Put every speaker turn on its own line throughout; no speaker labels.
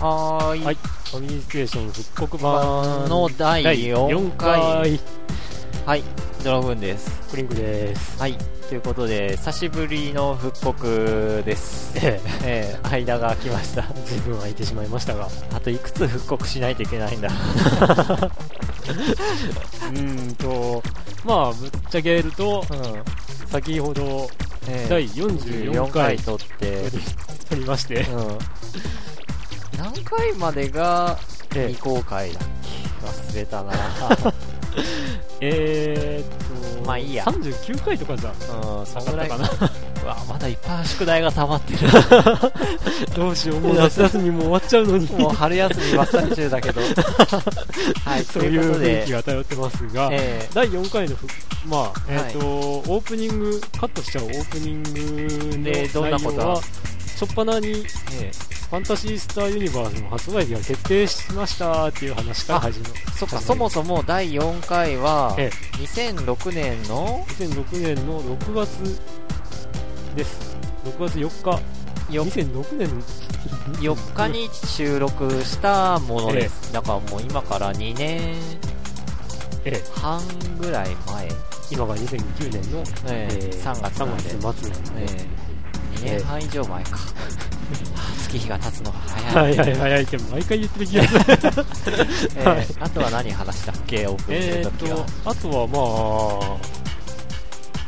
はーい、
はい、ファミリーステーション復刻
版
版
の第4
4
回
回、
はい、ドラグーンです。
クリンクです。
はい、ということで、久しぶりの復刻です。
え
ええ間が来ました。
え、随分空いてしまいましたが、
あといくつ復刻しないといけないんだ。
う ーんと、まあ、ぶっちゃけると、
うん。
先ほど
ええ
第44
4
回
回撮って、
撮りまして、
うん。何回までが
え
未公開だっけ忘れ たな。
えーっと、
まあいいや
39回とかじゃ
うん、そ
なんか
ぐ
っ
ら
た
い
か
か
な
な。。うわ、まだいっぱい宿題が溜まってる。
どうしよう、もう夏休みも終わっちゃうのに。
もう春休み真っ最中だけど。 はい、
そ
と
うい
いううこと
雰囲
で
気、が漂ってますが、
ええ
第4回の復、まあ、えっ、と、オープニング、カットしちゃうオープニングの
でどんな
内
こ
容
と
は、初っ端に
ええ
ファンタシースターユニバースの発売日が決定しましたっていう話から始まる。
そっか、そもそも第4回は、
え
2006年の
2006年の6月です。6月4日。
よ
2006年
4日に収録したものです。だからもう今から2年
ええ、
半ぐらい前、
今が2009年の、
ええ3月なんで
3月末なんで
え2年半以上前か。 月日が経つのが
は
早い。
いはいはいって毎回言ってる気がする。
え
はい
えあとは何話したっけ、オープニング
え
の
ーっ
時は。
と、あとはまあ、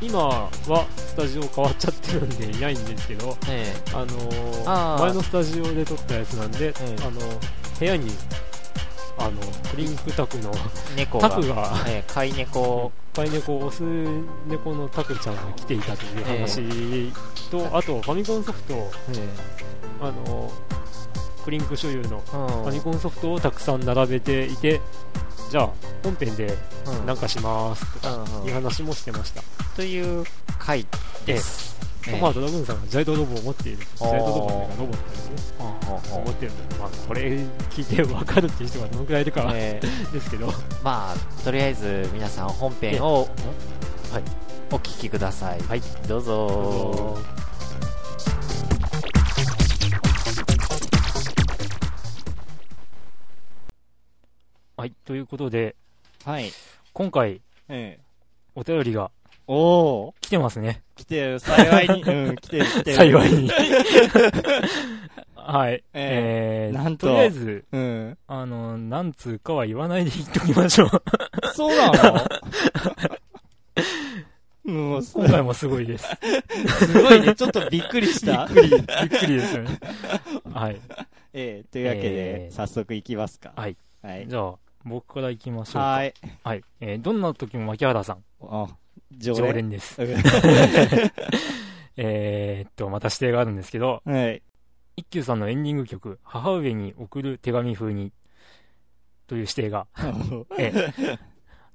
今はスタジオ変わっちゃってるんでいないんですけど、
ええ
あのー
あー
前のスタジオで撮ったやつなんで、あの部屋にあのクリンクタクの
猫
タ
が、
クが
ええ飼い猫、
飼い猫オス猫のタクちゃんが来ていたという話と、あとファミコンソフトあのクリンク所有のファミコンソフトをたくさん並べていてじゃあ本編で
うん
なんかしますとか
うんうん
いう話もしてました、
という回です。ええ
まあドラグーンさんがジャイドロボを持っているジ
あー
ャイドロボというかロボットですね思ってるので、まあ、これ聞いて分かるっていう人がどのくらいいるかは
ええ
ですけど、
まあとりあえず皆さん本編を
はい
お聞きください、
はい
どうぞ
はい、ということで、
はい。
今回、
ええ。
お便りが
おお
来てますね。
来てる、幸いに。うん、来てる、来てる。
幸いに。 はい。
え
えー
なんと
とりあえず、
うん。
あの、なんつうかは言わないで言っときま しょう。
そうなのもう、す
今回もすごいです。
ごいね。ちょっとびっくりした。 びっくり。
びっくりですよね。はい。
ええ、というわけ
ええ
で、早速いきますか。
はい。
はい。
じゃあ、僕から行きましょうか。
はーい。
はい。えーどんな時も牧原さん、
あ、常
常
連。
連です。
うん
えーっと、また指定があるんですけど、
はい。
一休さんのエンディング曲、母上に送る手紙風に、という指定が、ええ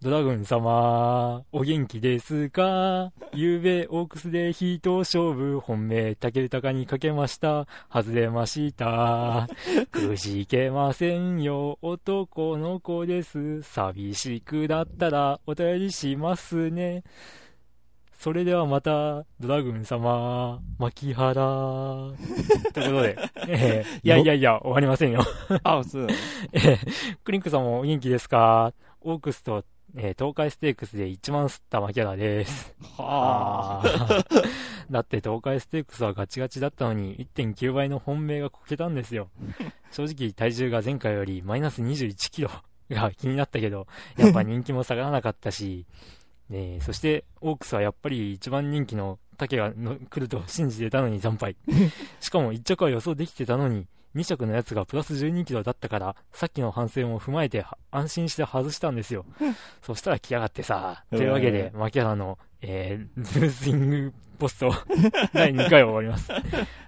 ドラグン様、お元気ですか昨べオークスでヒート勝負、本命、竹豊にかけました。外れました。くじけませんよ、男の子です。寂しくなったらお便りしますね。それではまた、ドラグン様、牧原。ということで、ええいやいやいや、終わりませんよ。
あ、そうなの
えークリンクさんもお元気ですかオークスと、えー東海ステークスで1万吸ったマキャラです。
はあ。
あー だって東海ステークスはガチガチだったのに1.9倍の本命がこけたんですよ。正直体重が前回よりマイナス21キロが気になったけど、やっぱ人気も下がらなかったし、ねえ、そしてオークスはやっぱり一番人気の竹がの来ると信じてたのに惨敗。しかも1着は予想できてたのに、2着のやつがプラス12キロだったから、さっきの反省も踏まえては安心して外したんですよ。そしたら来やがってさ。というわけで、牧原の、えー、ルースイングポスト、第2回終わります。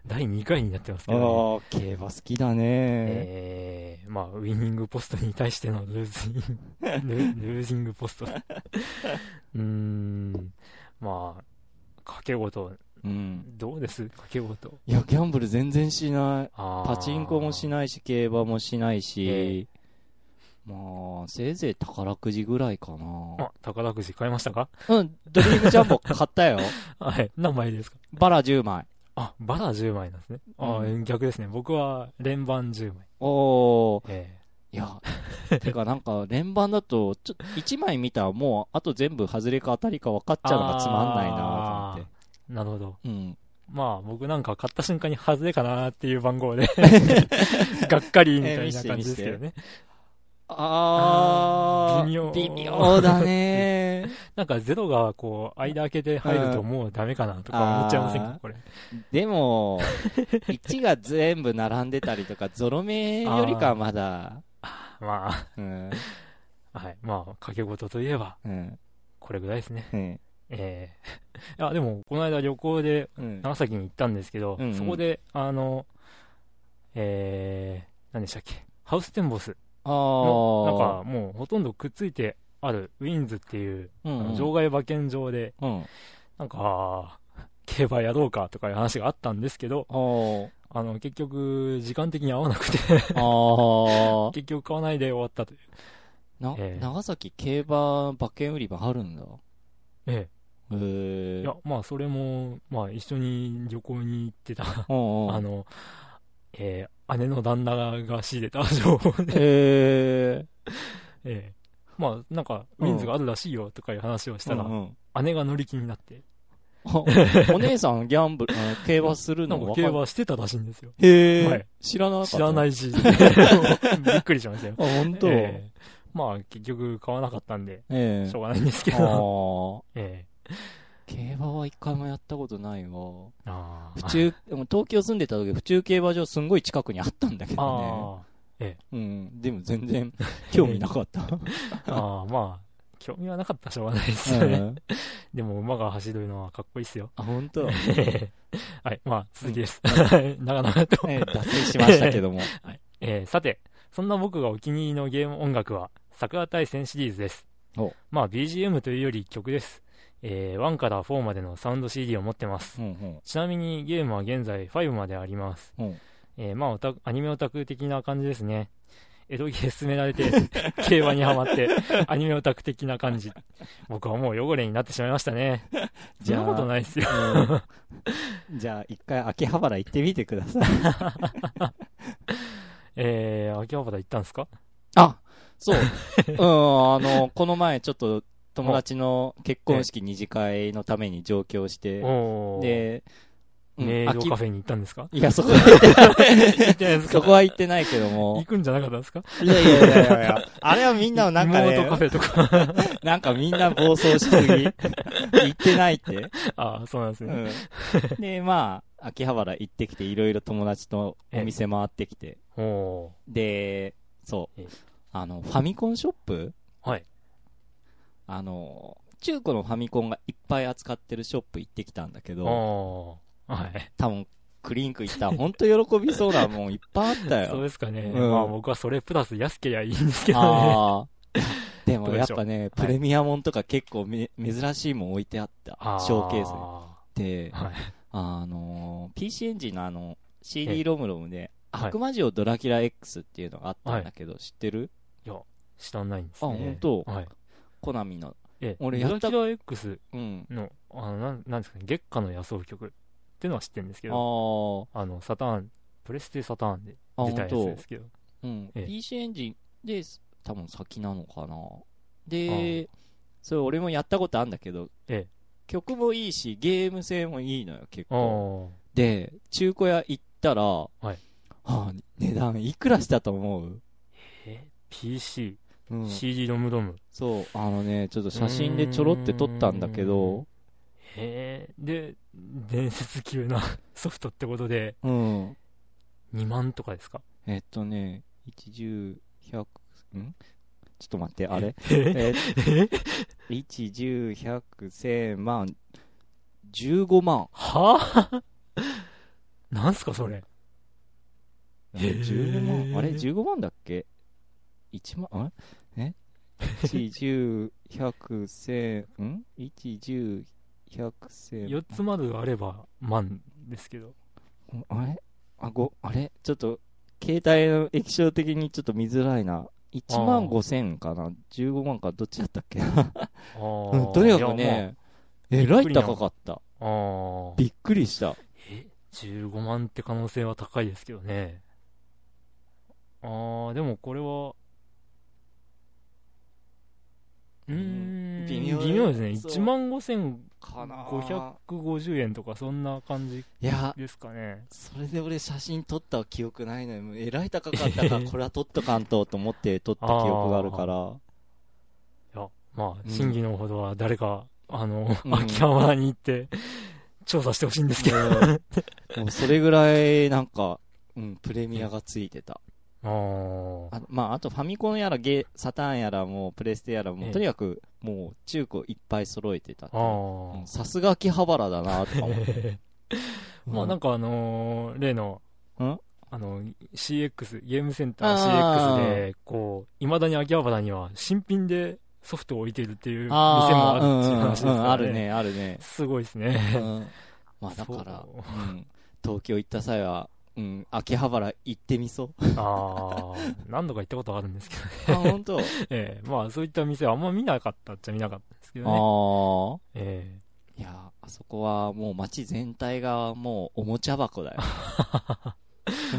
第2回になってますけ
あ
ど、ね。
ー競馬好きだね。
えーまあ、ウィニングポストに対してのルーズイ ン、ルルージングポスト。 うーん、まあ、掛け事、
うん。
どうです掛け事。
いや、ギャンブル全然しない。パ
パ
チンコもし
ない。
ないし、競馬もしない
え
し、まあ、せいぜい宝くじぐらいかな。
あ、宝くじ買いましたか
うん、ドリームジャンボ買ったよ。
はい、何枚ですか
バラ10枚。
あ、バラ10枚なんですね。あ、
う
逆ですね。僕は連番10枚。
おー、
え
いや、てかなんか連番だと、ちょ1枚見たらもう、あと全部外れか当たりか分かっちゃうのがつまんないなと思って。
えなるほど。
うん。
まあ、僕なんか買った瞬間に外れかなーっていう番号 で、がっかりみたいな感じですけどね。
あー、
微妙
微妙だね
なんかゼロがこう、間開けて入るともうダメかなとか思っちゃいません
あー
か、これ。
でも、1が全部並んでたりとか、ゾロ目よりかはまだ、
まあ、
うん、
はい。まあ、掛け事といえば、
うん、
これぐらいですね。
うん、
え えあ、でも、この間旅行で
うん。
長崎に行ったんですけど、
うんうん
そこで、あの、えー、何でしたっけ、ハウステンボス
あ
の、
ー、
なんかもうほとんどくっついてあるウィンズっていう、
うん、
あ
う
の
ん、
場外馬券場で、
うん。
なんか、あー競馬やろうかとかいう話があったんですけど、
あー、
あの、結局、時間的に合わなくて、
あー、
結局買わないで終わったという。
な、
ええ
長崎競馬馬券売り場あるんだ。
え
へ
え。
え
いや、まあ、それも、まあ、一緒に旅行に行ってた
うんうん。
あの、えー姉の旦那が仕入れた情報 で、
へ
えーまあ、なんか、ウ
うん
ィンズがあるらしいよとかいう話をしたら、
うんうん
姉が乗り気になって、
あお姉さんギャンブル、あ競馬する
な
の
んか
分
競
かる
馬してたらしいんですよ。
へえ、
はい
知らなかった。。
知らないい し、びっくりしましたよ
あ、。本当。え
えーまあ、結局買わなかったんで、
え
しょうがないんですけ
あ
ど、
ー
え
競馬は一回もやったことないわ。
ーあー
府 中、でも東京住んでた時、府中競馬場すんごい近くにあったんだけど
あ
ね。うん。でも 全然興味なかった。
ーあー、まあ、興味はなかったらしょうがないですよ
う
ね。
ん。
でも、馬が走るのはかっこいいですよ。
あ、本 当。
はい、まあ、続きです。 長々と。
ええ脱線しましたけ ども。
えーさて、そんな僕がお気に入りのゲーム音楽は、桜大戦シリーズです
お。
まあ、BGM というより曲です。えー1から4までのサウンド CD を持ってます。
うんうん。
ちなみにゲームは現在5まであります。
うん
えーまあオタク、アニメオタク的な感じですね。エロゲー進められ て、競馬にはまって、アニメオタク的な感じ。僕はもう汚れになってしまいましたね。
じ
そ
ゃ
ん
あ
なことないですよ。
うんじゃあ、一回秋葉原行ってみてください。
えー、秋葉原行ったんですか
あそう。うん、あの、この前ちょっと友達の結婚式二次会のために上京して、
おー、
で、うん
メイド
秋
カフェに行ったんですか
いや、 そこは行ってない。
じゃないですか
そこは行ってないけど
行
も。
くんじゃなかったんですか
いやいやいやいやいやあれはみんなのなんか
妹カ
ね、
フェとか。
なんかみんな暴走しすぎ。行ってないって。
ああ、そうなんです
う
ね。
ん。で、まあ、秋葉原行ってきて、いろいろ友達とお店回ってきて、
おお
で、そ
え
う
え。
あの、ファミコンショップ
はい。
あの、中古のファミコンがいっぱい扱ってるショップ行ってきたんだけ
ー。
ど、
おー。はい。
多分、クリンク行ったら本当喜びそうなもんいっぱいあった
そう
よ。
ですかね。
うん
まあ僕はそれプラス安けりゃいいんですけどね。
ああ。でもやっぱ
ど
ね、
うでしょう
プレミアもんとか結構め、珍しいもん置いてあった。ショーケースに
ス。
で、
はい。
あのー、PC エンジンのあの、CD ロムロムで、
はい
悪魔城ドラキュラ X っていうのがあったんだけど、知ってる
知らないんです
あ
ね。
本当
はい。
コナミの。
え、
俺
俺
や
や
っ
ったた。ドラキュラ X
うん。
の、あの、なんなんですかね、月下の野草曲っていうのは知ってるんですけ
ああ
ど、
ー。
あの、サターン、プレステサターンで
あ、
出た
本
やつ
当
で。すけど。
うん。
ええ
PC エンジンで、多分先なのかな。で、それ俺もやったことあるんだけど、
ええ
曲もいいし、ゲーム性もいいのよ、結構。
お
で、中古屋行ったら、
い
あ値段いくらしたと思う、
ー。え、PC、
うん、
CD ロムロム。
そう、あのね、ちょっと写真でちょろって撮ったんだけど、
へえ、で、伝説級な ソフトってことで、
うん。
2万とかですか
えっとね、1、10、100、んちょっと待って、あれ
え
え1、10、100、1000万、15万。
はぁ なんすかそれ。
あれ
へー
15万あれ ?15 万だっけ ?1 万、あれえ ?1、10、100、1000、ん ?1、10、100、1000
4。つまであれば万ですけど。
あれあ、ご、あれちょっと、携帯の液晶的にちょっと見づらいな。1万5千かな ?15 万かどっちだったっけな
あ
うん
ー
とにかく
いや
ね、えらい
びっくりな
高かった。
まああー
びっくりした。
え、 15万って可能性は高いですけどね。あー、でもこれは、うーん、
微妙
微妙ですね。
そう
1万5
かなぁ
550円とか、そんな感じ
いや、
ですかね。
それで俺写真撮った記憶ないのよ。もうえらい高かっ たから、これは撮っとかんとと思って撮った記憶があるから。
いや、まあ、
うん
審議のほどは誰か、あの、
うん
秋葉原に行って、調査してほしいんですけど。
もうそれぐらい、なんか、うん、プレミアがついてた。
あー
あまあ、あとファミコンやらゲーサターンやらもうプレステやらも
え
う
え
とにかくもう中古いっぱい揃えてたって
あ
いう
ー
うんさすが秋葉原だなとか思って
まあなんかあのー例の、
ん
あの、CX、ゲームセンター
あ
CX
ー
で、こう、未だに秋葉原には新品でソフトを置いているっていう店もあ
あ
る
ー
っていう話です
う
か
んうんうん
ら
ある。ねあるね、
すごいです ね。
うんまあだから、
そう
ん、東京行った際は、うん、秋葉原行ってみそう
ああ、何度か行ったことあるんですけどね。
あ本 当あ
ええまあそういった店はあんま見なかったっちゃ見なかったんですけど
あ
ね。
ー
え
いやあそこはもう街全体がもうおもちゃ箱だ よ、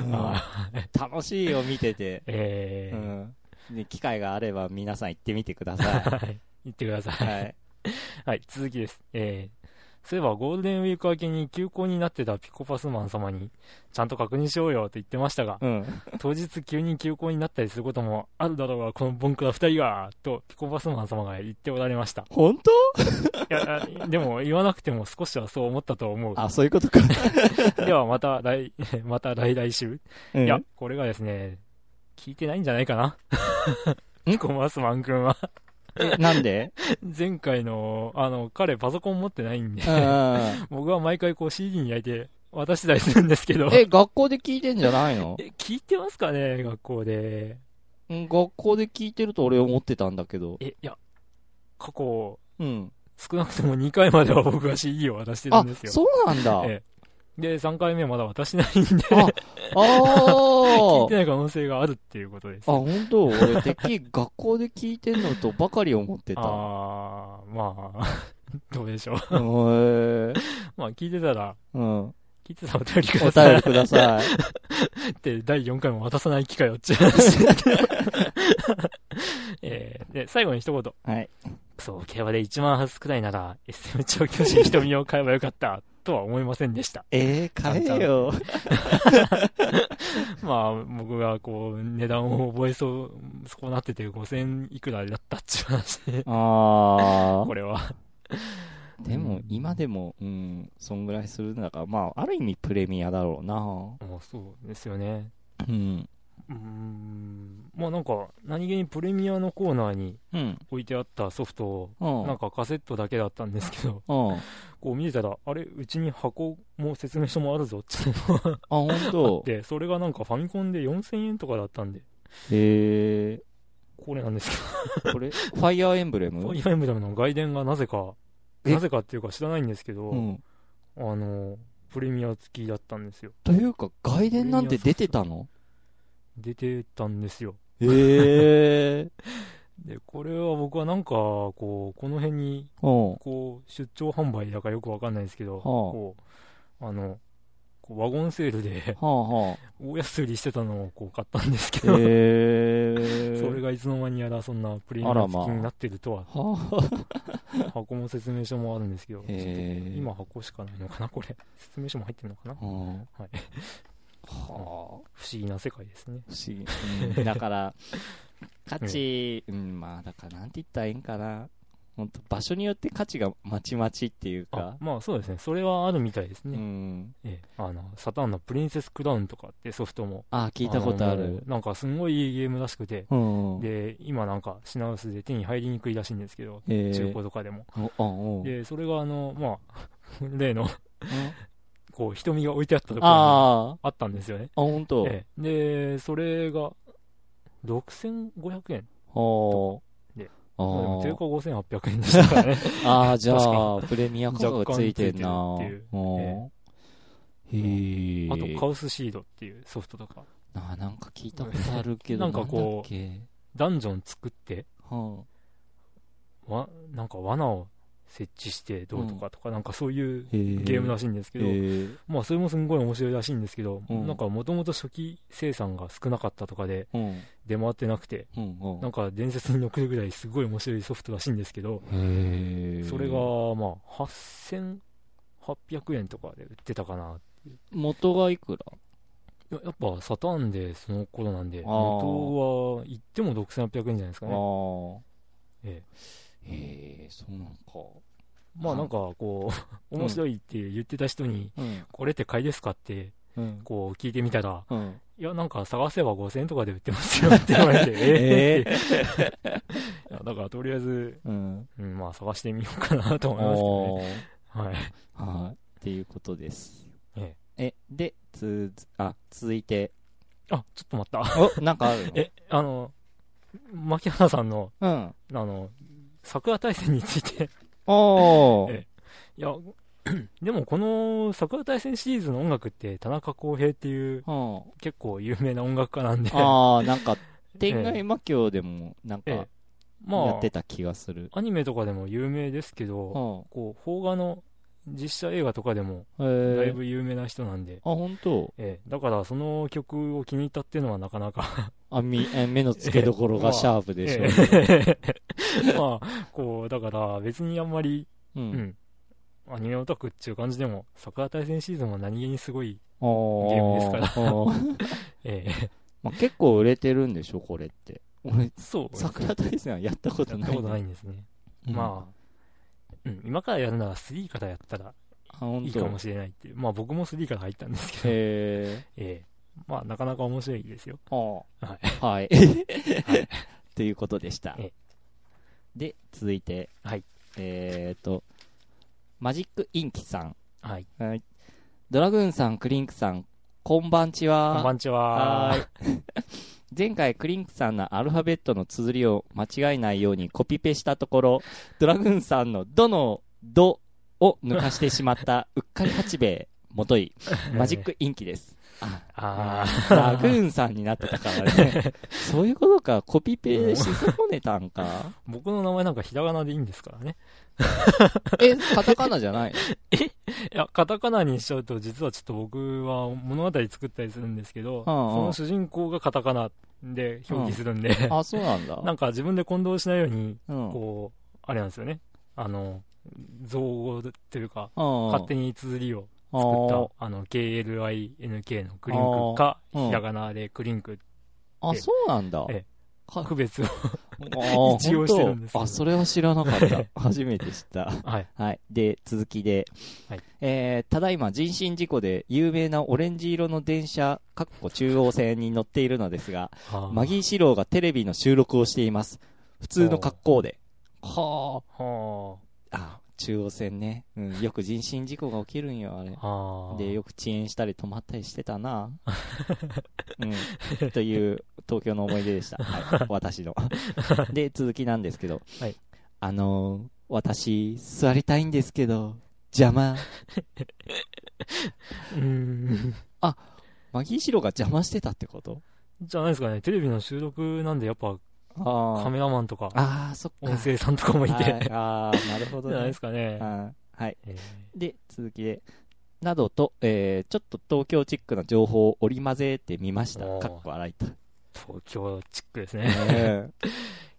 うん
あ
楽しいよ見て て
えええ
うんで機会があれば皆さん行ってみてくださ
はい。行ってくださ
い。
い。
はい。
はい、続きです。えー、そういえばゴールデンウィーク明けに休校になってたピコパスマン様に、ちゃんと確認しようよと言ってました が、
うん。
当日急に休校になったりすることもあるだろうが、このボンクラ二人が、とピコパスマン様が言っておられました。
本当
いや、あでも言わなくても少しはそう思ったと思う。
あ、そういう ことか。
ではまた来、 また来来週、
うん
いや、これがですね、聞いてないんじゃないかな
ん
ピコパスマン君は。
えなん で
前回の、あの、彼パソコン持ってないんで
う。んうん
僕は毎回こう CD に焼いて渡したりするんですけど
うん。え、学校で聞いてんじゃないの
え聞いてますかね学校で。
うん学校で聞いてると俺思ってたんだけど。
え、いや、過去、
うん。少
少なくとも2回までは僕が CD を渡してる
あ
んです、よ。
そうなんだ。
えで、3回目まだ渡してないんで、
あ、あ
聞いて
ー。
ない可能性があるっていうことです。
あ、本当俺、てっきり学校で聞いてんのとばかり思ってた。へ
あーまあ、 どうでしょう。
ー
まあ、聞いてたら、
うん。お
聞いてたらお便りくださ
便
い
りください。
って、第4回も渡さない機会をっちゃいま した。えーで、最後に一言。
はい。
そう、競馬で1万発くらいなら、SM 超巨人瞳を買えばよかった、とは思いませんで した。
えー、買えよ。
まあ、僕がこう、値段を覚えそう、そうなってて5000いくらだったっちゅう話で、
あ
これは。
でも、今でも、うん、そんぐらいするんだから、まあ、ある意味プレミアだろうな。
もうそうですよね。
うん。
うーん。まあなんか、何気にプレミアのコーナーに
うん。
置いてあったソフトを、
うん。
なんかカセットだけだったんですけど、
うん。あ、
こう見てたら、あれ、うちに箱も説明書もあるぞっていうのが
本
あっ
当。
て、それがなんかファミコンで4000円とかだったんで、
へえ。
これなんですけど
これ、ファイアーエンブレ
フ
ム
ァイアーエンブレムの外伝がなぜか、
え
なぜかっていうか知らないんですけど、
うん。
あの、プレミア付きだったんですよ。
というか、外伝なんて出てたの
出てたんですよ。
へえ。
で、これは僕はなんか、こう、この辺に、
うん。
こう、出張販売だかよくわかんないですけど、
あ
こう、あの、こうワゴンセールで
はあは
大安売りしてたのをこう買ったんですけ
あ。
ど、
へえ。
それがいつの間にやらそんなプレミア
あら
付き
まあ
になってるとは、
はあ。
箱も説明書もあるんですけど、ちょっと
へえ
今箱しかないのかな、これ。説明書も入ってるのかな
うん。は
はい
あ。不
不思議な世界ですね。
思議。うんだから、価値、うん、まあ、だから、なんて言ったらいいんかな。本当場所によって価値がまちまちっていう
あ
か。
まあそうですね、それはあるみたいです
う
ね、
ん。
ええあのサターンのプリンセスクラウンとかってソフトも
あ、聞いたことあ
の
る。
なんかすごいいいゲームらしくて、
うん。
で今なんか品薄で手に入りにくいらしいんですけど、
え
中古とかでも、
おあおう
でそれがあの、まあ、 例の
うん
こう瞳が置いてあったところにあ
ああ、あ、
ったんですよね、
本当。
ええでそれが6500円、
ほう
で。
あ
まあでも定価
ー
5800円でしたからね、
あー、じゃ
確
あ、プレミア価格
若干
ついてんな。
ついてるっていう
ほうへ え。
あとカウスシードっていうソフトとか、
あーなんか聞いたことあるけど、
なんかこ
う、
ダンジョン作って、
は
わなんか罠を設置してどうとかとか、なんかそういう
ゲ
ゲームら
しい
しいんですけ
け
ど、まあそれもすんごい面白いらしいんですけど、
うん
なんかもともと初期生産が少なかったとかで
うん
出回ってなくて、
うんうん
なんか伝説に残るぐらいすごい面白いソフトらしいんですけど、
へー
それがまあ8800円とかで売ってたかな。
元がいくら
ややっぱサターンでその頃なんで、
あー
元は言っても6800円じゃないですかね。
あ
ええ
あへえそうなんか
まあなんかこう、
うん
面白いって言ってた人に、
うん
これって買いですかって、
うん
こう聞いてみたら、
うん
いや、なんか探せば5000とかで売ってますよって言われ て、ええいやだからとりあえず、
うん
うん、まあ探してみようかなと思いますけどね。
おー
はい。
はい、っていうことです。
え
え、で、つづ、あ、続いて。
あ、ちょっと待った。
お、なんかあるの
え、あの、牧原さんの、
うん。
あの、桜大戦について、
おー
えいや、 でもこの桜大戦シリーズの音楽って田中康平っていう
うん。
結構有名な音楽家なんで、
あー、なんか、天外魔境でも、なんか、
え
や
えまあ
って、た気がする。
アニメとかでも有名ですけ
う
ど、
ん。
こう、邦画の実写映画とかでも
へ
だい
ー。
ぶ有名な人なんで、
あ、ほんと
ええ、だからその曲を気に入ったっていうのはなかなか、
あ、み、え目の付けどころがシャープでしょ。
ええ まあ、こう、だから別にあんまり、
う。
うんん、アニメオタクっていう感じでも、桜大戦シーズンは何気にすごい、
おー。
ゲームですから
ら。
ええ、
まあ、結構売れてるんでしょ、これって。俺、
そう、
桜大戦はやったこと
やっ
な
た
い。
ことないんですね。
うん
まうん、今からやるなら3からやったら
あ、ほんと
いいかもしれないっていう、まあ僕も3から入ったんですけど、え
へー。
え、まあなかなか面白いですよ。
は
は
あ、はい。 ということでした
ええ。
で、続いて、
はい。
えーと、マジックインキさん。
はい、
はい。ドラグーンさん、クリンクさん、こんばんちは。
こんばんちは。
はーい 前回、クリンクさんのアルファベットの綴りを間違えないようにコピペしたところ、ドラグーンさんのどのどを抜かしてしまった、うっかり八兵衛、もとい、マジックインキです。あ
ああ、
ラグーンさんになってたからね。そういうことか、コピペし損ねたんか。
僕の名前なんかひらがなでいいんですからね。
え、カタカナじゃない
いや、カタカナにしちゃうと、実はちょっと僕は物語作ったりするんですけど、
ああああ
その主人公がカタカナで表記するんで、
あ、そうなんだ。
なんか自分で混同しないように、
うん。
こう、あれなんですよね。あの、造語というか、
勝
勝手に綴りを
に
作った、あの、KLINK のクリンクか、
ああうん
ひらがなでクリンク、
あ、そうなんだ。
え
か
区別を、
あ
一応してるんですけど
あ、それは知らなかった。初めて知った。
はい。
はい。で、続きで。
はい
えーただいま人身事故で有名なオレンジ色の電車、かっこ中央線に乗っているのですが、
はあ
マギー四郎がテレビの収録をしています。普通の格好で。は
は
あ。あ、中央線ね。うん、よく人身事故が起きるんよ、あれ
あ。。はあ。
で、よく遅延したり止まったりしてた な。うん。という、東京の思い出でし た。はい。私の。で、続きなんですけど。
はい
あのー私、座りたいんですけど、邪魔。
うーん。
マギーシロが邪魔してたってこと
じゃないですかね。テレビの収録なんで、やっぱ
あ
カメラマンとか、
あー、そっか。
音声さんとかもいて、
はいあー、なるほど
じゃない
ね
で。すかね。
あーはい。
え
で、続きで。などと、えー、ちょっと東京チックな情報を織り交ぜてみました。
おー
かっこ笑いと。
ー東京チックです
ね
ね。
え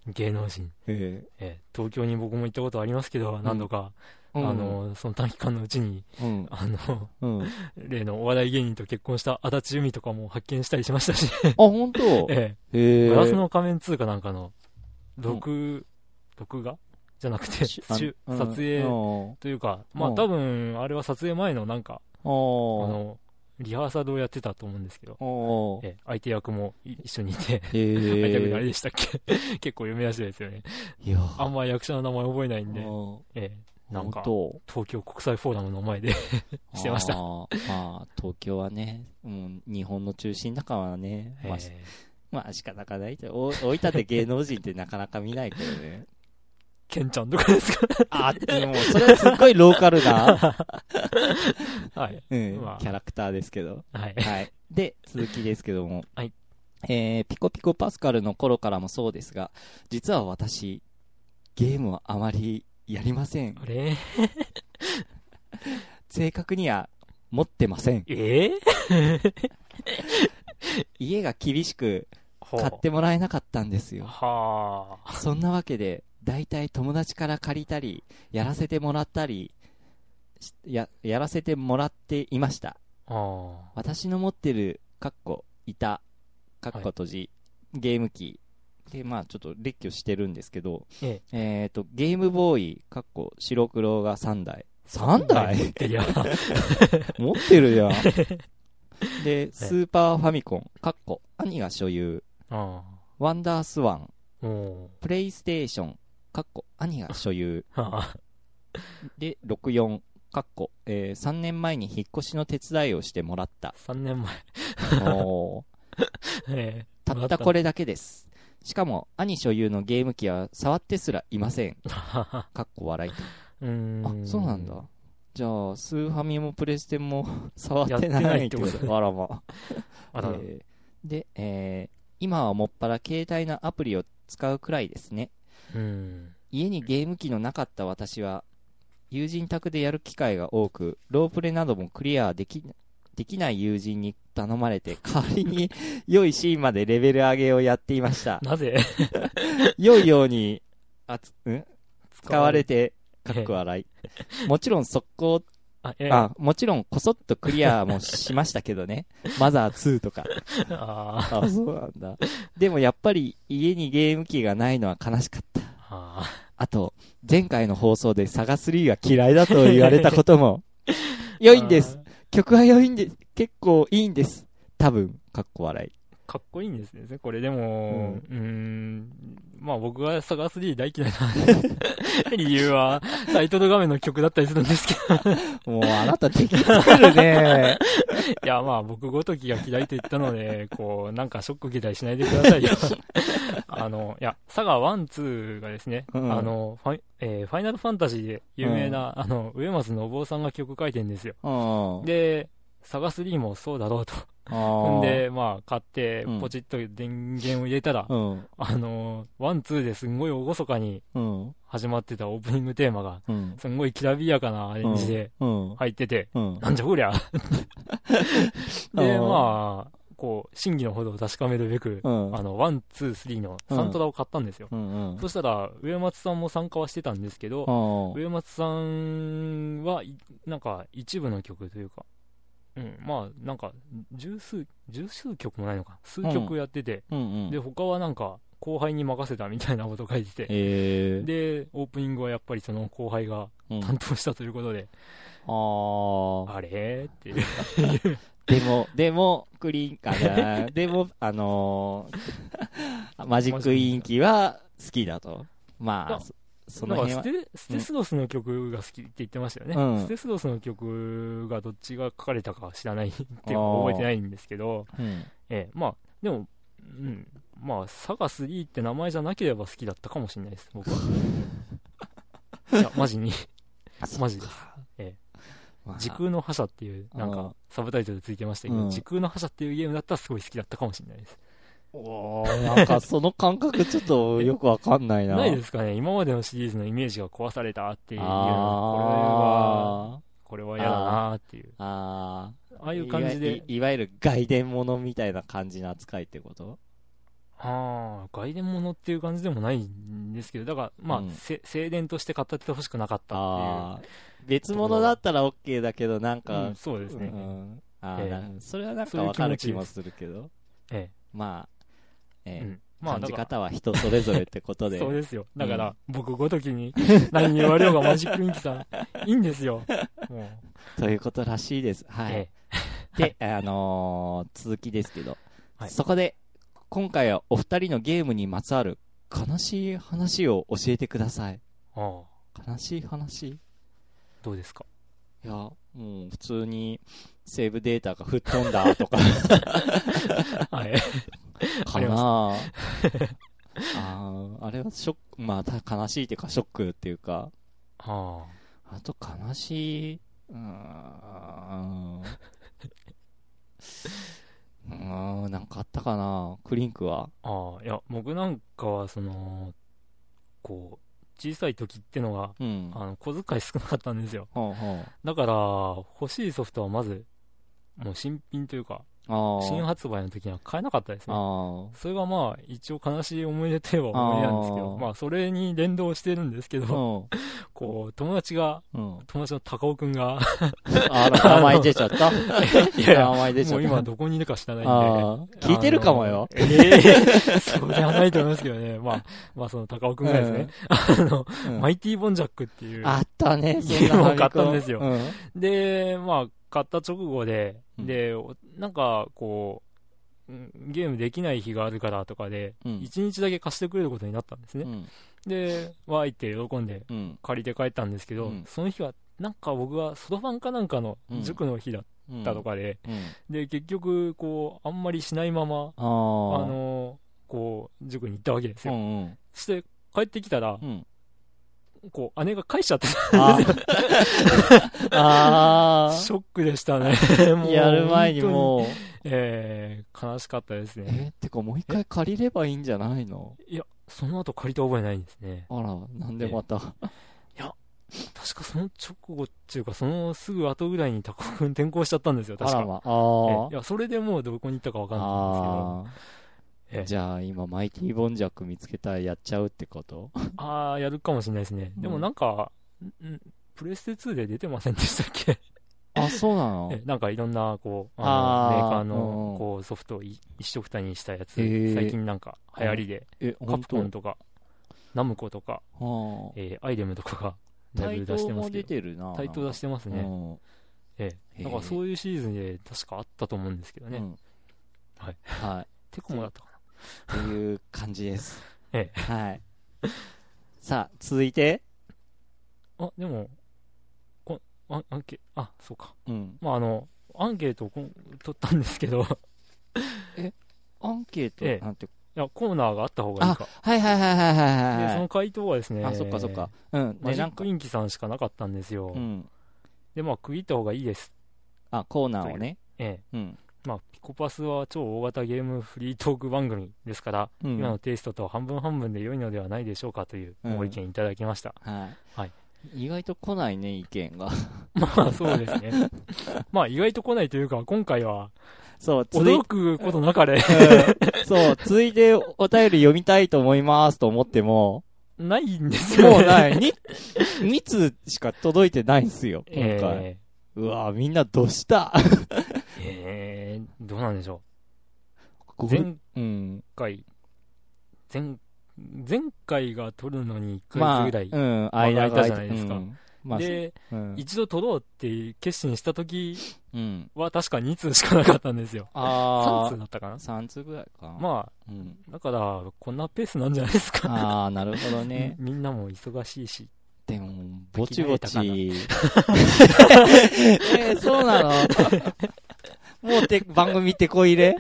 芸能人。
え
えー東京に僕も行ったことありますけど、何度か、
え
あ、の、その短期間のうちに、
うん。
あの、
うん。
例のお笑い芸人と結婚した足立由美とかも発見したりしました し、
あ、本当
え
へ
ー
え。
ガラスの仮面通貨なんかの、録、録画じゃなくて、
し
し
あの
撮
うん
影
うん
というか、まあ
うん
多分、あれは撮影前のなんか、あ
ああ。
の、リハーサルをやってたと思うんですけど、
ああ。
えー相手役もい一緒にいて、
へ え。
相手役誰でしたっけ 結構有名な人ですよね。
いやー。
あんま役者の名前覚えないんで
あ、ー
ええなんか、
本
東京国際フォーラムの前で
当
してました
あーまあ、東京はね、うん、日本の中心だからね。まあ、し
ええ
まあ仕方がないと。お大分で芸能人ってなかなか見ないけど ね。
ケンちゃんとか ですか
あ、でも、それはすっごいローカルな、
はい。
うん
まあ
キャラクターですけど。
はい。
はい。で、続きですけども。
はい
えーピコピコパスカルの頃からもそうですが、実は私、ゲームはあまりやりません。
あれ
正確には持ってません。
ええ
家が厳しく
ほう
買ってもらえなかったんですよ。
はあ。
そんなわけで、大体友達から借りたり、やらせてもらったり、しや、やらせてもらっていました。
あ
私の持ってる、かっこ、いた、かっこ閉じ、ゲーム機。で、まあちょっと列挙してるんですけど、
え
えっ、と、ゲームボーイ、かっこ、白黒が3台。3
あ。
台
い や、
持ってるじゃ ん。で、スーパーファミコン、かっこ、兄が所有。
あ
ワンダースワン、
あ。も
プレイステーション、かっこ、兄が所有。
う、はあ。
で、64、かっこ、え3年前に引っ越しの手伝いをしてもら った。
3年前。
おー
ええ
たったこれだけです。しかも、兄所有のゲーム機は触ってすらいません。
はは
かっこ笑いと。
うーん。
あ、そうなんだ。。じゃあ、スーファミもプレステも 触ってない
やってないってこと
あらま。
あら、
えーで、えー今はもっぱら携帯のアプリを使うくらいですね。
うん。
家にゲーム機のなかった私は友人宅でやる機会が多くロープレなどもクリアできできない友人に頼まれて代わり に良いシーンまでレベル上げをやっていました
なぜ
良いようにあつん使われ
て、
てかっこ笑いもちろん速攻
あ、ええあ
あもちろんこそっとクリアもしましたけどね マザー2とか
あ
あそうなんだでもやっぱり家にゲーム機がないのは悲しかった
あ
あと、前回の放送でサガ3が嫌いだと言われたこ とも、良いんです。。曲は良いんです。結構いいんです。多分、かっこ笑
かっこいいんですね。これでも、うーん、まあ僕がサガー3大嫌いな 理由は、タイトル画面の曲だったりするんです け
い。もうあなた敵作るね。
ど、いやまあ僕ごときが嫌いと言ったので、こう、なんかショック受けたりしないでくださいよ。あの、いや、サガ1、2がですね、
うん
あの、ファイ,、えーファイナルファンタジーで有名な、あの、上松信夫さんが曲書いてんですよ。
うん。
で、サガ3もそうだろうと。
あー
ん で、まあ、買って
うん、
ポチッと電源を入れたら、
うん。
あのー、ワン、ツーですんごい厳かに
うん。
始まってたオープニングテーマが、
うん。
すんごいきらびやかなアレンジで
うん。
入ってて、
うん。
なんじゃこりゃ
う
で、
ん
まあ、こう、真偽のほどを確かめるべく、
うん。
あの、ワン、ツー、スリーのサントラを買ったんですよ。
うん。
そしたら、上松さんも参加はしてたんですけど、
うん。
上松さんはい、なんか一部の曲というか、うん、まあなんか十数、十数曲もないのか、数曲やってて、
うん。
で、他はなんか後輩に任せたみたいなこと書いてて、
えー、
で、オープニングはやっぱりその後輩が
うん、あ
担当したということで、
ー
あれっていう。
でも、 でも、クリーンかな。でも、あのーマジックインキは好きだと。まあ、
あ
そ そ
な
の
んか
辺
ス
は。
テ、ステスロスの曲が好きって言ってましたよね。
うん
ステスロスの曲がどっちが書かれたか知らないっていうか覚えてないんですけど、
うん
ええ、まあ、でも、うん、まあ、サガ3って名前じゃなければ好きだったかもしれないです、 僕は。いや、マジに、マジです。
まあ
時空の覇者っていう、なん
うん
か、サブタイトルついてましたけど、
うん
時空の覇者っていうゲームだったらすごい好きだったかもしれないです。
おーなんかその感覚ちょっとよくわかんないな。
ないですかね、今までのシリーズのイメージが壊されたっていう、これは、
あ
これは嫌だなっていう
ー、あ
ああ
あ
いう感じで、
いいわゆる外伝物みたいな感じの扱いってこと
ああ、外伝ものっていう感じでもないんですけど、だから、まあ、
うん
せ正伝として語ってほしくなかったっていう。
ああー。別物だったら OK だけど、なんか、
うん、そうですね、
うんあー
ええ
なるほどそれはなん
そ
か
ういう
わかる
気持ち
気も
です
するけど。
え
まあ、え
え
え
うん、まあ
感
だ
じ
から
方は人それぞれってことで。
そうですよだから、
うん
僕ごときに何言われようがマジックインキさんいいんですよもう、
ということらしいです。はい。
え
で、あのー続きですけど、
はい
そこで、今回はお二人のゲームにまつわる悲しい話を教えてください。
えああ
悲しい話い
どうです か
や、もう普通にセーブデータが吹っ飛んだとか、
はい
かなあ あーあれはショック、まあた悲しいっていうかショックっていうか、
あ
あと悲しい、うーん。うーん、なんかあったかなクリンクは。
あああいや僕なんかはそのこう小さい時ってのが、
うん。
あの、小遣い少なかったんですよ。
ほうほう。
だから、欲しいソフトはまず、もう新品というか、
ああ。
新発売の時には買えなかったですね。
あ
それがまあ、一応悲しい思い出といえば思い出なんですけ
あ
ど、
ー
まあ、それに連動してるんですけ
あ。
ど、
うん。
こう、友達が、
うん。
友達の高尾くんが、
あら、名前出ちゃった。
いやいや
名前出ち
も
ゃっ
う
た。
今どこにいるか知らないんで、
ああ。聞いてるかもよ。
あの。ええ そうではないと思いますけどね。まあ、まあその高尾くんがですね、あの、
うん
マイティーボンジャックっていう。
あったね、そん
ゲー
な
ムを
ファミコン
買ったんですよ
うん。
で、まあ、買った直後で、
うん
で、おなんか、こう、うんゲームできない日があるからとかで、
うん
一日だけ貸してくれることになったんですね。
うん
で、わーいって喜んで
うん。
借りて帰ったんですけど、
うん
その日は、なんか僕はそろばんかなんかの
うん
塾の日だっ
うん。
たとかで、
うん。
で、結局、こう、あんまりしないまま、
あ
あ
あ。
の、こう、塾に行ったわけです
う
よ。
んうん。
そして、帰ってきたら
う、ん。
こう、姉が返しちゃってた。
ああ。あ
ショックでした ね。
あ。
もう
やる前に
本当
もう。
えー、悲しかったですね。
え、てかもう一回借りればいいんじゃないの
その後借りた覚えないんですね。
あら、なんでまた。
確かその直後っていうか、そのすぐ後ぐらいに高尾くん転校しちゃったんですよ、
あ
確
ら
か。
ま。
え
あ
いや、それでもうどこに行ったかわかんないん
あ。あ
ですけど。え
あ。じゃあ今、マイティボンジャック見つけたらやっちゃうってこと
あーやるかもしれないですね。でもなんか、んんプレステ2で出てませんでしたっけ
あ、そうなの
えなんかいろんな、こう、
あ
あ
ー
のメーカー
うんう
の
ん
こうソフトをい一緒くたにしたやつ、
へー
最近なんか流行りで、
え、
カ
本
プコ
当
ンとか、ナムコとか、
はあ
えーアイデムとかが、だ
タ
い
イ
ぶ出し
ト
て
ル
ま
も
すけ
出
ど。
てるな。
対等出してます
て
ね。
ね。
え
へえ
え、なんかそういうシリーズンで確かあったと思うんですけどね、
うん
はい。
はい。
テコモだったかな
っていう感じです。
え
はい。さあ、続いて。
あでもこあアンケあそうか
うん。
まああのアンケートをこん取ったんですけど い
アンケート、
ええ
なんて、
やコーナーがあった方がいいか
はいはいはいはいはい
で
は
そ
い
の回答はですね
あ、そっかそっか。うん。
マ
で、
ジ
な
ッ
んか
ク、インキさんしかなかったんですよ、
うん。
でまあ区切った方がいいです
あ、コーナーをね。
ええ
うん。
まあピコパスは超大型ゲームフリートーク番組ですから、
うん
今のテイストと半分半分で良いのではないでしょうかというご意見いただきま した、
はい。
はい
意外と来ないね、意見が。
まあそうですねまあ意外と来ないというか今回は
そう、続い
驚くことなかれ、
うんそう、続いてお便り読みたいと思いますと思って も、
ないんですよ、ね。
もうない、に、2通しか届いてないんすよ、今回。
え
うわぁ、みんなどうした
ーえーどうなんでしょう。
ごめん
前
うん。
回、前、前回が撮るのに1
ま
ヶ
あ、
月ぐらい。
うん、
あ
間が
空いたじゃないですか
うんまあ、
で、
うん、
一度撮ろうって決心した時
うん。
は確か2通しかなかったんですよ。
あ
3通だったかな
あ、3通ぐらいか。あ、
ま
うん、
あ、だから、こんなペースなんじゃないですか。。
ああ、なるほどね
みんなも忙しいし。
でも、ぼちぼ ち。えー、そうなのもうて、番組てこ入れ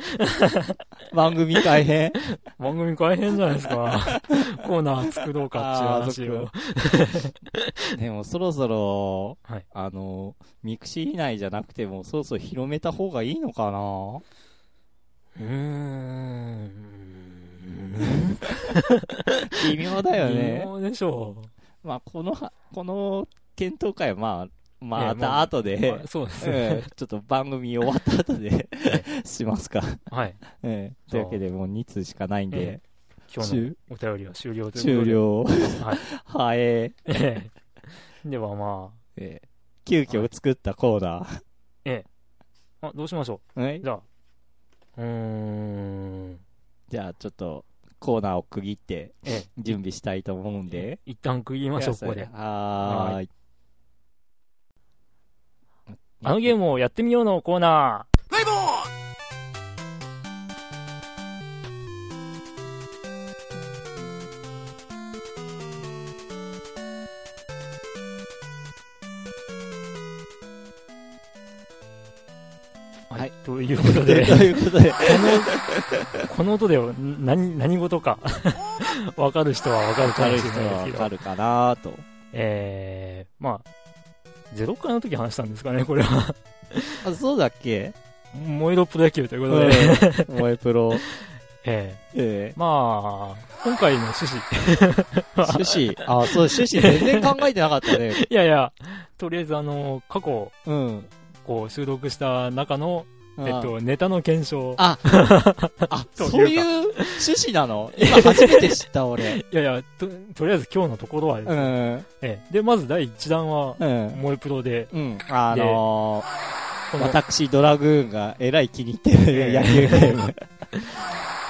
番組改編
番組大変じゃないです か。コーナー作ろうかっていう話を
あ。でも、そろそろ、
はい
あの、ミクシー以内じゃなくても、そろそろ広めた方がいいのかな
うーん。
微妙だよね
微。妙でしょう。
まあ、このは、この検討会は、まあ、
ええ
ま
ま
た
あ
後で
あ、そうですね。
ええ ちょっと番組終わった後でしますか。
はい。
ええというわけで、もう2通しかないんで
え、今日の
終
お便りは終了ということ
終
で。
了。
はい
はえ
ええ ではま
ええ急遽作ったコーナー。
あ、あ、どうしましょ。
はいう
じゃあ、うーん、
じゃあ、ちょっと、コーナーを区切って
ええ、
準備したいと思うんで。
一旦区切りましょう、ここで。
はーい。
あのゲームをやってみようのコーナー。
はい
はい、ということで
と、いうこ とで、
この音で何何事 か分かる人は分かる
分か
かも
る
し
人
れない
は
です
分
け
か
ど、
るかなと。
えー、まあ、ゼロ回の時話したんですかね、これは。
あ、そうだっけ
燃えろプロ野球ということで、
うん。萌えプロ。
ええ
え
まあ、今回の趣旨、
え趣旨、あ、そう、趣旨全然考えてなかったね。
いやいや、とりあえずあの、過去、
うん。
こう、収録した中の、
え
えっと、ネタの検証。
あ、あ、
というか
そういう趣旨なの今初めて知った 俺。
いやいや、と、とりあえず今日のところはです
う
ね、
ん。
ええで、まず第1弾は、
うん。
萌えプロで、
うん。あの
こ
ー、
の、
私、ドラグーンがえらい気に入ってる野球ゲ ーム。
ええ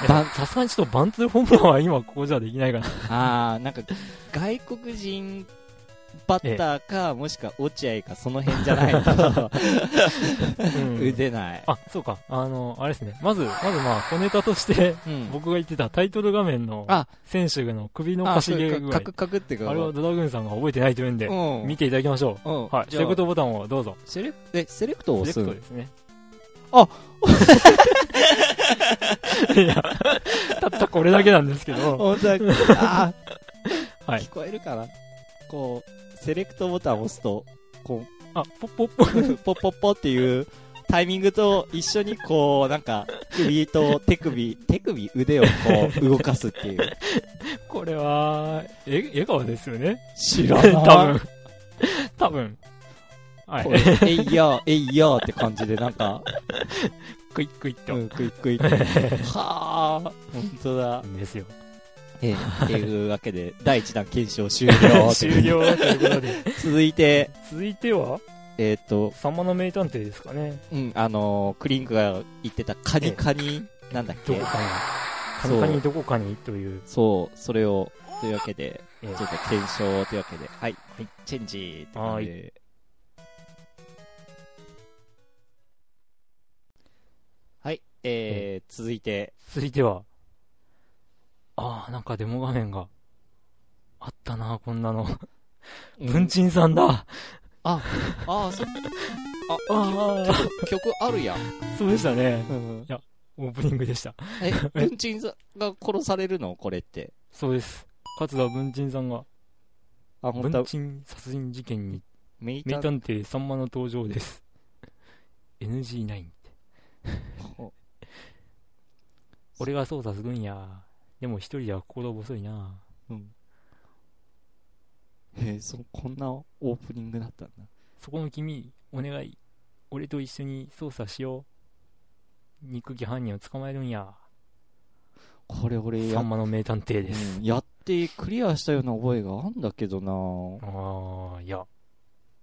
さすがにちょっとバントでホームランは今ここじゃできないかな。
あー、なんか、外国人バッターか、もしくは落合か、その辺じゃないと、
うん
打てない。
あ、そうか。あの、あれですね。まず、まずまあ、小ネタとして、
うん。
僕が言ってたタイトル画面の
あ、
選手の首の
あ、
かし
そ
げ
う
具
か、カ
合。
クカクってか。
あれはドラグーンさんが覚えてないというんで、
うん。
見ていただきましょ
うん。
う。はい。
じ
セ
ゃあ
レクトボタンをどうぞ。
セレクえ、セレクト
セ
を
レ
押す
クト
の
ですね。
あ
いや、たったこれだけなんですけど、
本当だ。あー
はい
聞こえるかなこう、セレクトボタンを押すと、こう、
あ、ポッポッポ。
ポッポッポっていうタイミングと一緒にこう、なんか、首と手首、手首、腕をこう、動かすっていう。
これは、え、笑顔ですよね
知
多
らない。
分。多分。はい
こ。うえいやー、えいやーって感じで、なんか、
クイックイッ
う
と。
ん、クイクイって。はあ、本当だ。
ですよ。
え、っていうわけで、第1弾検証 終了。
終。了ということで。
続いて、
続いては、
えっ、と、
サンマの名探偵ですかね。
うん、あのークリンクが言ってたカニカニ、なんだっ
ど
け
こかに。カ
そう
ニカニどこかにという。
そう、それを、というわけで、
え
ち
ー
ょっと検証というわけで、はい、チェンジって感じで。はい、えー、続いて、
続いては、ああ、なんかデモ画面が、あったな、こんなの。文鎮さんだ。
あ、あー、そ、
ああ、
曲あるやん。
そうでしたね。
うん、
オープニングでした。
え、文鎮さんが殺されるのこれって。
そうです。勝田文鎮さんが、
あ、本
文
当
鎮殺人事件に、
メイタ
名
ン、
探偵さんまの登場です。NG9 って。俺が操作するんや。でも一人では心細いな。
うん。へえ、そ、こんなオープニングだったんだ。
そこの君、お願い。俺と一緒に捜査しよう。憎き犯人を捕まえるんや。
これ俺や
さんまの名探偵です。
うんやってクリアしたような覚えがあんだけどな ぁ
ああ、いや。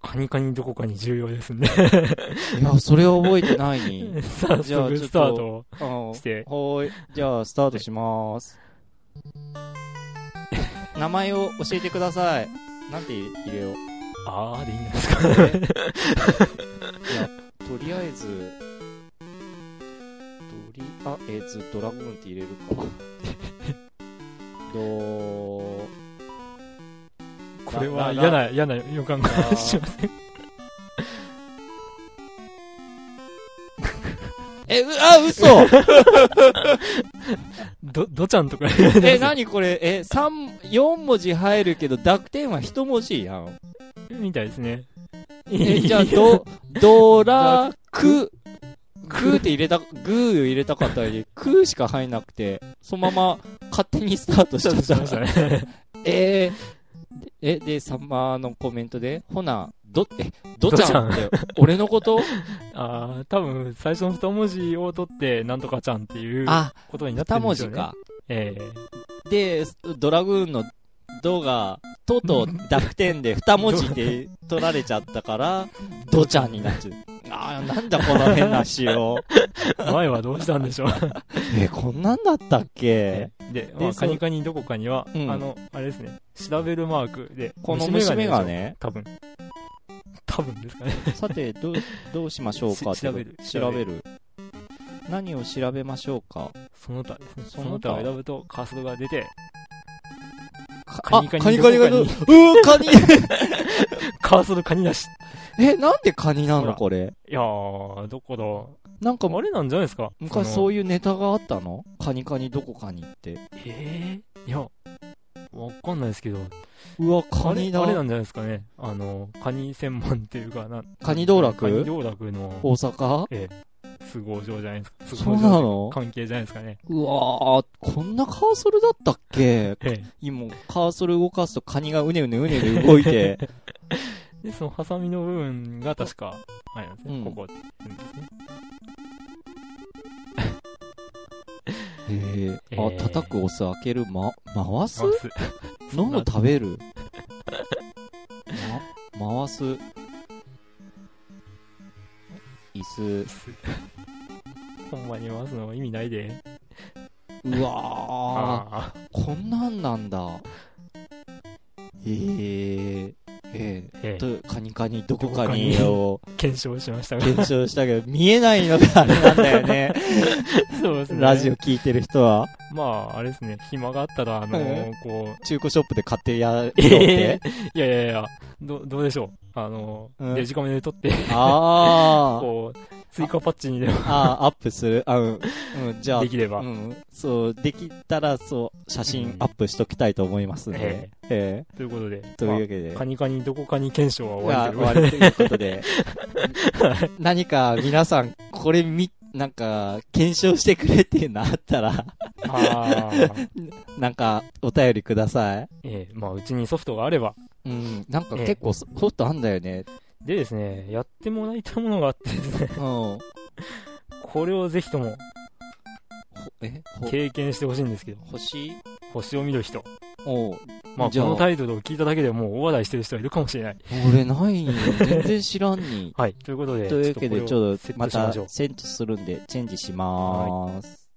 カニカニどこかに重要ですね。
いや、それは覚えてない に。
早
じゃあ
速スタート
あの
して。
はーい。じゃあ、スタートしまーす。 名前を教えてください。なんて入れよう。
ああでいいんですか。
いや、とりあえず、とりあえずドラゴンって入れる か。どー、
これは
なな
嫌な、嫌な予感が
あー
します。
え、う、あ、嘘
ど、どちゃんとか。
え、なにこれ、え、三、四文字入るけど、濁点は一文字やん。
みたいです ね。
え、じゃ あ、ド、ドラ、ク、クーって入れた、グー入れたかったより、クーしか入んなくて、そのまま勝手にスタートしちゃ
し
っ。
ましたたね。
えーでえ、で、サンマのコメントで、ほな、ど、え、ど
ど
ち
ち
ゃ
ゃ
ん
ん
って、俺 のこと
ああ、多分、最初の二文字を取って、なんとかちゃんっていう
あ、
ことになってる
二
んで
文
す
字
よね。
か。
ええ
で、ドラグーンのドが、とうとう濁点で二文字で取られちゃった から、ドちゃんになっちゃう。あーなんだこの変な仕 様。
前はどうしたんで しょう。
え、こんなんだったっけ
で、まあ、
そ
カニカニどこかには、
うん
あの、あれですね、調べるマークで、
この虫眼
が
鏡
ね
ね。
多分。多分ですかね。
さて、どう、どうしましょうか
し調べる
調べる。何を調べましょうか
その他ですね。
そ
そ
の
の
他
他を選ぶと、カーソルが出て、
あ
カニカニ
カニカニが、う
ど
う
こ
ー、カニ
カーソルカニ出し。
え、なんでカニな
ほ
の
ら
これ。
いやー、どこだ。
なんか、
あれなんじゃないですか
昔
そ
そ
の
ういうネタがあったのカニカニどこカニって。
えー、いや、わかんないですけど、
うわ、カニだ
あれ。あれなんじゃないですかね。あの、カニ専門っていうかな。
カニ道
カニ
楽
道楽の、
大阪
ええすごいじゃないですか。す
そうなの
関係じゃないですかね。
うわー、こんなカーソルだったっけ
え
今、カーソル動かすとカニがうねうねうねう ね動いて。
え。で、そのハサミの部分が確か、あれなんですね。
うん
ここですね。
へえ。
え
あ、
ー
叩く、押す、開ける、ま、回す
回す。
飲む、食べ る。ま、回す。椅子。
ほんまに回すのは意味ないで。
うわー、
ああ
こんなんなんだ。えー、え
ー。え
ー、
え。
と、カニカニ、どこか
ど
にを
検証しま したが。
検証したけど、見えないのがあれなんだよ ね。
そうですね。
ラジオ聞いてる人は。
まあ、あれですね。暇があったら、あのー
う
こ
中古ショップで買ってやろうっ
う。
て。
いやいやいや、ど、どうでしょう。あのー
うん
デジカメで撮って、
あ ー。
こう、追加パッチにでも
あー、アップする。あ、うん。うん、じゃあ
で、きれば。
うん、そう、できたら、そう、写
うん
真アップしときたいと思いますね。ええ
ということで。
という
まあ
わけで。
カニカニどこかに検証は終
が
わり
終
で
わりということ で。何か皆さん、これみ、なんか、検証してくれっていうのあったら、
あー
なんか、お便りください。
ええまあうちにソフトがあれば。
うん、なんか
ええ
結構、ホットあんだよね。
でですね、やってもらいたいものがあってですね、
うん。
これをぜひとも
え、
経験してほしいんですけど、
星
星を見る人。
おう
まあこ
じゃあ
のタイトルを聞いただけでもう大笑いしてる人はいるかもしれない。。
俺ないんよ全然知らんに
はい、ということで、
というわけで、ちょっ
セッ
と、
ト
ま
しま
た
しょう、。
セントするんで、チェンジしまーす。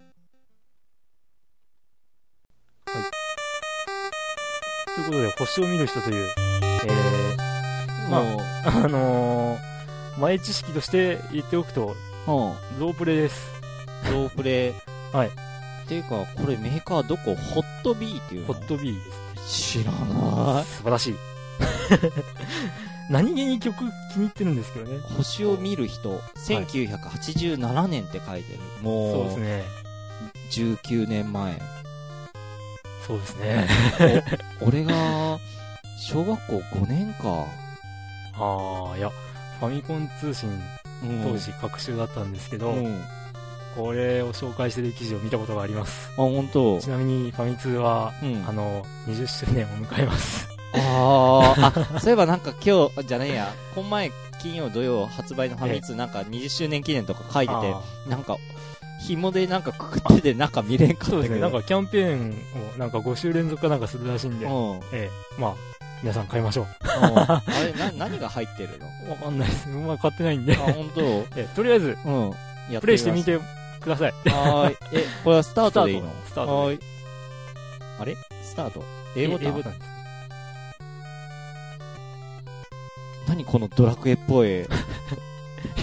ということで、星を見る人という、えー、まあ
もう
あのー、前知識として言っておくと、
うん。
ロープレです。
ロープレイ。
はい
っていうか、これメーカーどこホットビーっていうの
ホットビーです。
知らな
素晴らしい。 何気に曲気に入ってるんですけどね。
い。星を見る人、1987年って書いてる。
そう
も
です
う、
ね。
19 年前。
そうです ね。
俺が、小学校5年か。
ああ、いや、ファミコン通信
うん
当時各週だったんですけど、
うん。
これを紹介してる記事を見たことがあります。
あ、ほんと。
ちなみにファミ通は、
うん。
あの、20周年を迎えます。
あー あ、そういえばなんか今日、じゃねえや、この前、金曜、土曜発売のファミ通なんか20周年記念とか書いてて
あ、
なんか、紐でなんかくくっててなんか見れん
ー
か
そ
っ
う
た
で
け
す
ど。
ね。なんかキャンペーンをなんか5週連続かなんかするらしいんで、
うん。
ええまあ、皆さん買いましょう。
うんあれ、な、何が入ってる の
わかんないです。まあ買ってないんで
あ、。本当。
ええとりあえず、
うん。やっ
プレイしてみてください。
みます。はーい。え、これはスタートでいいの
スタート
はーい。あれスタート。英語
英
だ
語。だ。
何このドラクエっぽい。
いや、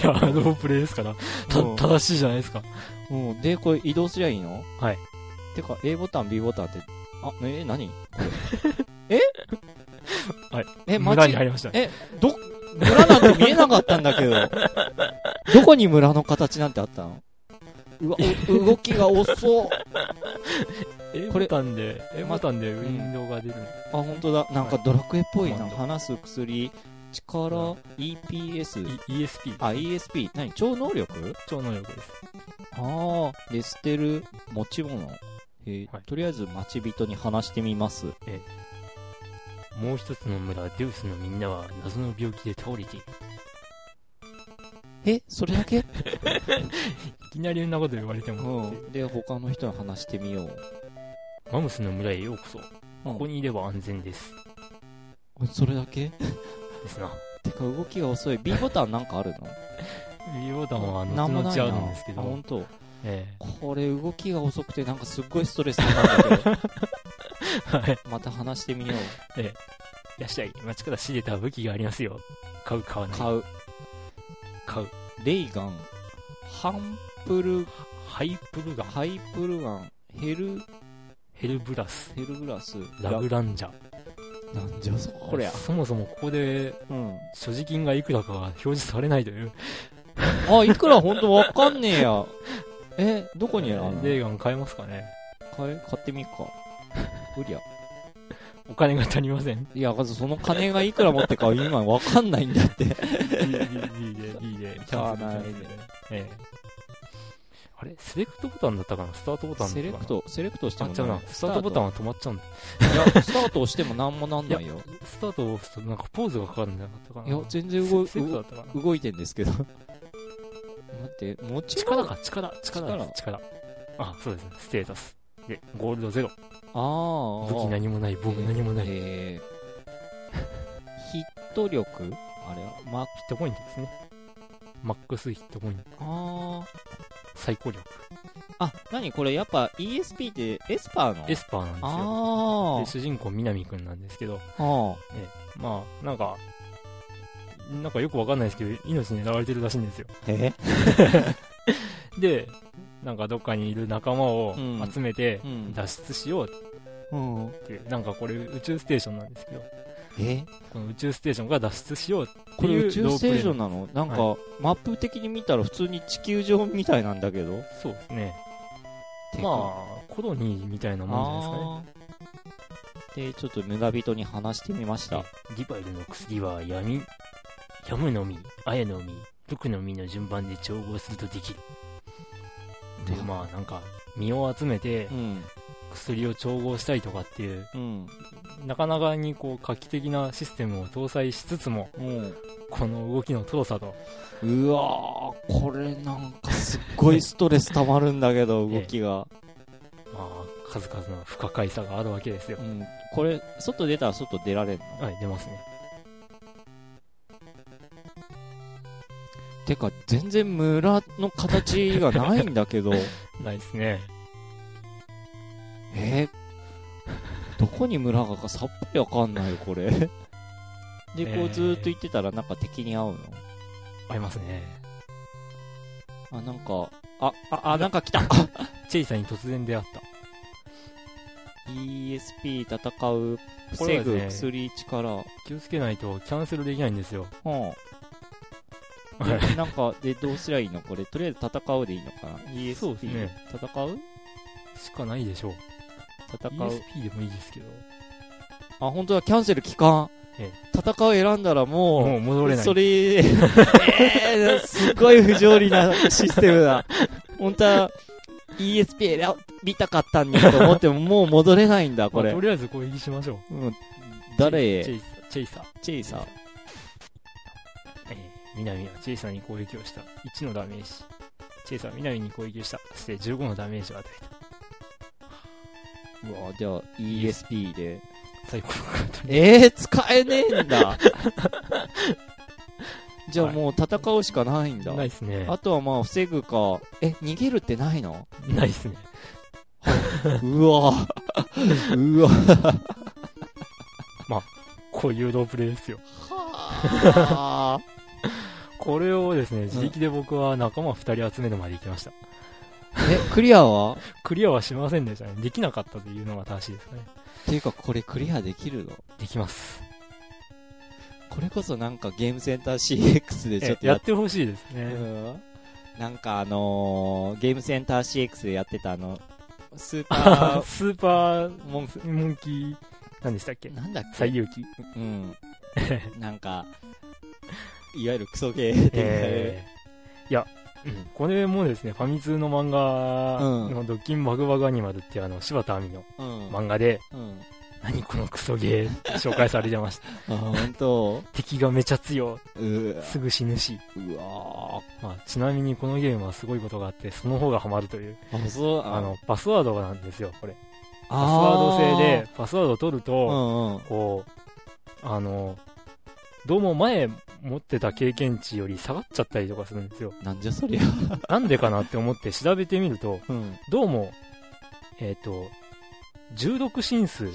ロープレイですから、た、
うん
正しいじゃないですか。
うん。で、これ移動すりゃいいの
はい。
てか、A ボタン、B ボタンって、あ、え、何 これえ
はい。
え、
村
街
に入りましたね。
え、ど、村なんて見えなかったんだ けど。どこに村の形なんてあったのうわ、お動きが遅っ。
え、
これ
ボタンで、え、ボタンでウィンドウが出るの。
あ、本当だ。なんかドラクエっぽいな。
はい
話す薬、力、EPS、
E- ESP、
あ、ESP。何超能力
超能力です。
ああ、で、捨てる持ち物。えー
はい
とりあえず待ち人に話してみます。
もう一つの村、デウスのみんなは謎の病気で倒れている。
え、それだけ
いきなりそんなこと言われて
う
も、
ん。で、他の人に話してみよう。
マムスの村へようこそ。
うん
ここにいれば安全です。
それだけ
ですな。
てか動きが遅い。B ボタンなんかあるの
B ボタンは
なん
後
も
々
な
あ
いな。
るんですけ
あ、ほ
ど
ん、と。
え
これ動きが遅くてなんかすっごいストレスなんだけど。
え はい。
また話してみよう。
いらっしゃい。町から仕入れた武器がありますよ。買う、買わない。
買う。
買う。
レイガン、ハンプル、
ハイプルガン、
ハイプルガン、ヘル、
ヘルブラス、
ヘルグラス、
ラグランジャ。
なんじゃそこりゃ。
そもそもここで
うん。
所持金がいくらかが表示されないという。
あ、いくらほんとわかんねえや。え、どこにあるの
レーガン買えますかね
買え買ってみっか。うりゃ。
お金が足りません。
いや、まずその金がいくら持ってか今わかんないんだって。
いいで、いいで、チャンスで、チャンスで。えあれセレクトボタンだったかなスタートボタンだ
セ
った
レ
かな
クト、セレクトして
あ、
も
違うな。スタートボタンは止まっちゃうんだ。
いや、スタート押してもなんもなんないよ。
スタートを押すとなんかポーズがかかるんじゃなかったかな。
いや、全然動い、
セレクトだったかな。
動いてんですけど。待って、持ち
力
物
か、力、力です力。あ、そうですね。ステータス。で、ゴールドゼロ。
ああ。
武器何もない、僕何もない。ヒッ
えー、ヒット力あれはま、
トポイントですね。マックスヒットポイント。
あ
最高力。
ー。あ、なにこれやっぱ ESP ってエスパーの
エスパーなんですよ。
あ
で、主人公、南くんなんですけど、
あー。
ええまあ、なんか、なんかよくわかんないですけど、命狙われてるらしいんですよ。
え
で、なんかどっかにいる仲間を
うん
集めて
うん
脱出しよう
うん。
っていう、なんかこれ宇宙ステーションなんですけど、
え
この宇宙ステーションが脱出しようって
これ
いう
宇宙ステーション
ロープレイ
なのなんか、
は
マップ的に見たら普通に地球上みたいなんだけど。
そうですね。まあ、コロニーみたいなもんじゃない
あーで、ちょっと村人に話してみました。
ですかね。リバイルの薬は闇、やむのみ、あやのみ、毒の実の順番で調合するとできる。という、まあなんか、実を集めて
うん。
薬を調合したりとかっていう、
うん。
なかなかにこう画期的なシステムを搭載しつつも、
うん。
この動きのとろさと、
うわー、これなんかすっごいストレス溜まるんだけ ど、
ええ
動きが。
まあ、数々の不可解さがあるわけですよ
う。ん。これ、外出たら外出られんの
はい、出ますね。
てか、全然村の形がないんだけ ど、
ないですね。
えー、どこに村がかさっぱりわかんないよ、こ れ。で、こうずーっと行ってたらなんか敵に会うの
ありますね。
あ、なんか、あ、あ、あ、なんか来 た
チェイさんに突然出会った。
ESP 戦
こ
う、
れ
防
はです
ぐ、
ね
薬、力。うん。
気をつけないとキャンセルできないんですよ。
でなんか、で、どうすりゃいいのこれ、とりあえず戦うでいいのかな
そうです
?ESP、
ね
戦う
しかないでしょう。
戦う。
ESP でもいいですけど。
あ、本当だ、キャンセル期間
え。
戦う選んだら
も
も
う戻
う、
れない。
それ、えー、すごい不条理なシステムだ。本当は、ESP 選びたかったんだと思って も、もう戻れないんだ、こ
まあ
れ
と。りあえず攻撃しましょう。
うん誰
チェ
へ、
イチェイサー。
チェイサー。
えー、南はチェイサーに攻撃をした。1のダメージ。チェイサーは南に攻撃をした。そして15のダメージを与えた。
うわじゃあ ESP で。
最高のカードに
えー、使えねえん だ。じゃあもう戦うしかないんだ。
ないですね。
あとはまあ防ぐか。え、逃げるってないの
ないですね。
うわうわ
こういうロープレイですよ。
は
これをですね、自力で僕は仲間2人集めるまで行きました。
え、クリアは
クリアはしませんでしたね。できなかったというのが正しいですかね。
っていうかこれクリアできるの
できます。
これこそなんかゲームセンター CX でちょっ
え
と
や
や
っ
って
ほしいです
て、う
ね。
んなんかあのー、ゲームセンター CX でやってたあの、スーパ
スーパー
ーモン
モンキー、何でしたっけ
なんだっけ
西遊記。
うん。なんか、いわゆるクソゲーって言われる
えーいや、うんこれもですね、ファミ通の漫画のドッキンバグバグアニマルっていうあの、柴田亜美の
うん。
漫画で、
うん。
何このクソゲーって紹介されてました。
あ、ほんと
敵がめちゃ強
うー
い、すぐ死ぬし。
うわ
まあ、ちなみにこのゲームはすごいことがあって、その方がハマるという、
ーあ、そう、
あの、パスワードなんですよ、これ。
あー、
パスワード制で、パスワードを取る
う
と、
んうん。
こう、あの、どうも前持ってた経験値より下がっちゃったりとかするんですよ。
なんじゃそりゃ。
なんでかなって思って調べてみると、
うん。
どうも、えっ、と、16進数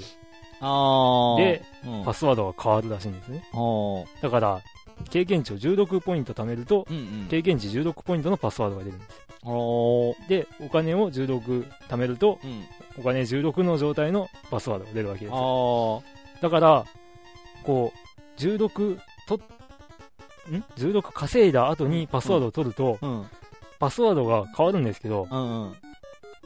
あー。
で
うん、
パ
ス。
スワードが変わるらしいんですね。
あー。
だから、経験値を16ポイント貯めると、
うんうん。
経験値16ポイントのパスワードが出るんです。
あー。
で、お金を16貯めると、
うん。
お金16の状態のパスワードが出るわけです
あ
よ。
ー。
だから、こう、16と、ん ?16 稼いだ後にパスワードを取ると、
うん。
パスワードが変わるんですけど、
うんうん。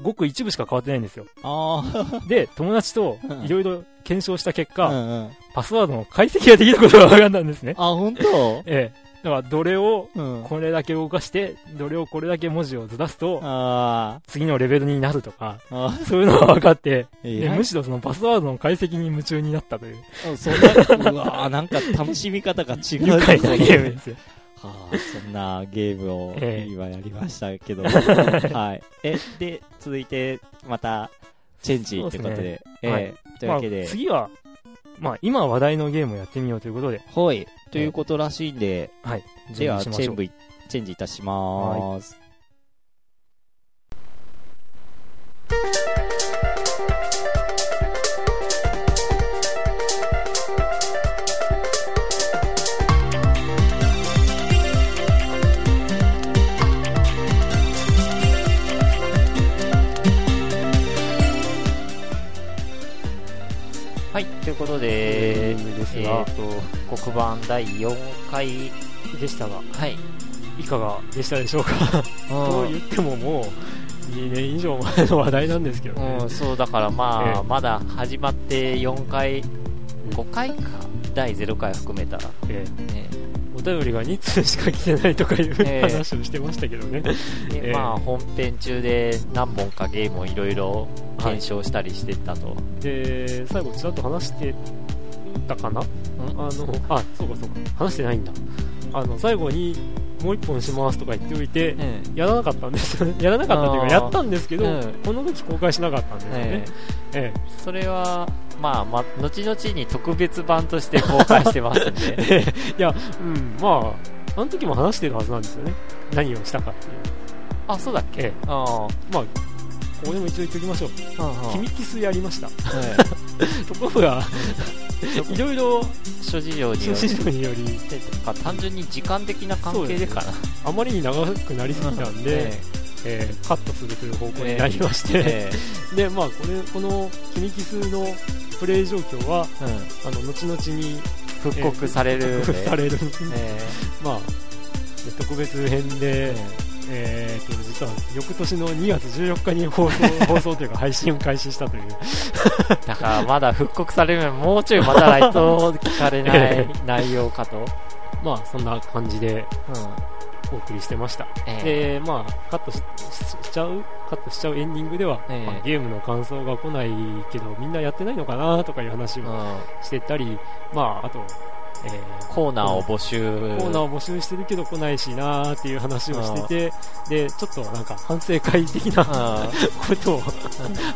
ごく一部しか変わってないんですよ。
あー。
で、友達といろいろ検証した結果、
うんうん。
パスワードの解析ができることが分かったんですね。
あ、ほんと
ええ。だから、どれを
うん。
これだけ動かして、どれをこれだけ文字をずらすと、
あ
次のレベルになるとか、
ーあ
そういうのが分かって、
ー。
で
偉い
むしろそのパスワードの解析に夢中になったという、
あそんな、うわーなんか楽しみ方が違う。
愉快なゲームですよ。
はあ、そんなゲームを
ええ
今やりました けど、はい。え、で、続いて、また、チェンジってこと
そう
で、え
は
え
い
というわけ
まあ
で、
次は、まあ、今話題のゲームをやってみようということで、
ほい、ということらしいんで、で
準備
は、チ
しまし
ェ
ょ
ン
う。
ブい、チェンジいたしまーす。
はい、ということで、
です
え
が、
ーと、黒板第4回
でしたが、
はい。
いかがでしたでしょうか
う
と
ん
言ってももう2年以上前の話題なんですけどね、
うん、そうだからまあ、
ええ
まだ始まって4回、5回か、第0回含めたら、
え
ね
えお便りが2通しか来てないとかいう
ええ
話をしてましたけどね、
で
ええ
まあ、本編中で何本かゲームをいろいろ検証したりしてったと、
で最後ちらっと話してたかなあのあそうかそうか話してないんだあの最後にもう1本しますとか言っておいて、
え
やらなかったんですよ ね。やらなかったというか、
あー
やったんですけど、
ええ
この時公開しなかったんですよね
え。
え
それは、まあ、ま、後々に特別版として公開してますんで、
えいや、うん、まあ、あの時も話してるはずなんですよね。何をしたかっていう。
あ、そうだっけ
ええ、
あ
まあ、ここでも一応言っておきましょう。
あ、
君キスやりました。
え
ところ が、いろいろ
諸事情に
諸
よ
事
っ
情により、
てとか、 単純に時間的な関係でかな。
あまりに長くなりすぎたんで、えーカットするという方向になりまして、
ええ、
で、まあ、これ、この君キスのプレイ状況は、あの、後々に
復刻されるんで。
される。
え
まあ、特別編で、えー、と実は翌年の2月14日に放送 放送というか配信を開始したという、
えだからまだ復刻される前もうちょい待たないと聞かれな
え
い内容かと。
まあ、そんな感じでお送りしてました、
ええ
でまあ、カットしししちゃうカットしちゃうエンディングでは、
ええ
まあゲームの感想が来ないけどみんなやってないのかなとかいう話
う
を
ん
してたり、まあ、あと、えー
コーナーを募集。
コーナーを募集してるけど来ないしなーっていう話をしてて、で、ちょっとなんか反省会的な
うん
ことを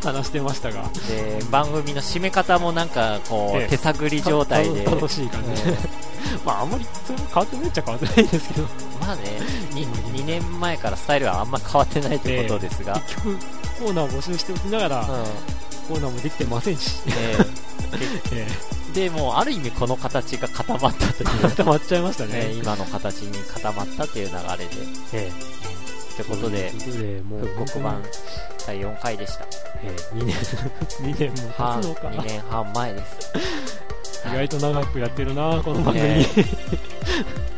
話してましたが、
で、 番組の締め方もなんかこ
え
う、
え
手探り状態で。
た楽しい感じで、
え
まああんまりそれも変わってないっちゃ変わってないんですけ ど
えまあね、2年前からスタイルはあんま変わってないということですが。
結局コーナーを募集しておきながら、
うん
コーナーもできてません し、
え
え
えで、もうある意味この形が固まったとい
え
う。
固まっちゃいましたね、
ね、今の形に固まったという流れで。
え
って
え
ことで
と、いうことでもう
復刻版
本
第4回でした。
当にええ2年2年も
半
経つのか
2年半前です。
意外と長くやってるなこの 番組、
ええ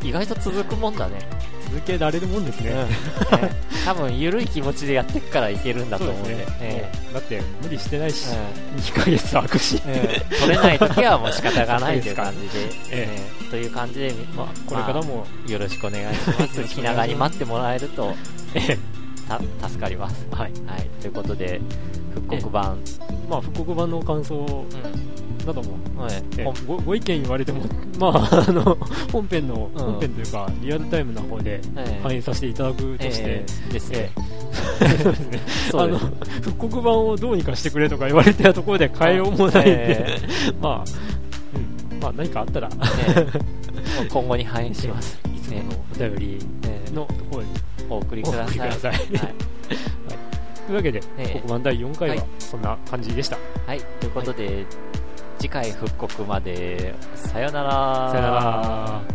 意外と続くもんだね。
続けられるもんですね、
うんええ 多分、緩い気持ちでやってくからいけるんだと
そうで
思うん
す
で。
ね、
え
もうだって無理してないし、
え
2ヶ月空くし、
ええ取れない時はもう仕方がないという感じで。
え
ええという感じで、
まあ、これからも、
よろしくお願い しま
よ
す。
ろし
気
くお願いします
長に待ってもらえると
え
た助かります。
えはい
はい、ということで、復刻版、
まあ、復刻版の感想
うん
なども
はい
え
本
ごご意見言われても、まあ、あの本編の、
ん
本編というか、リアルタイムの方で
ええ
反映させていただくとして、
ええですね。
あ
そうで
の
す
復刻版をどうにかしてくれとか言われてたところで変えようもないんで、
え
まあ、うんまあ、何かあったら、
えねもう今後に反映します。
いつものお便り
ね
のところに
お送りく
お
だ
送りく
さい。
ださい。
はい
というわけで、
ええ
復刻版第4回
は
はいそんな感じでした。
はい、ということで、次回復刻まで、さよなら。
さよなら。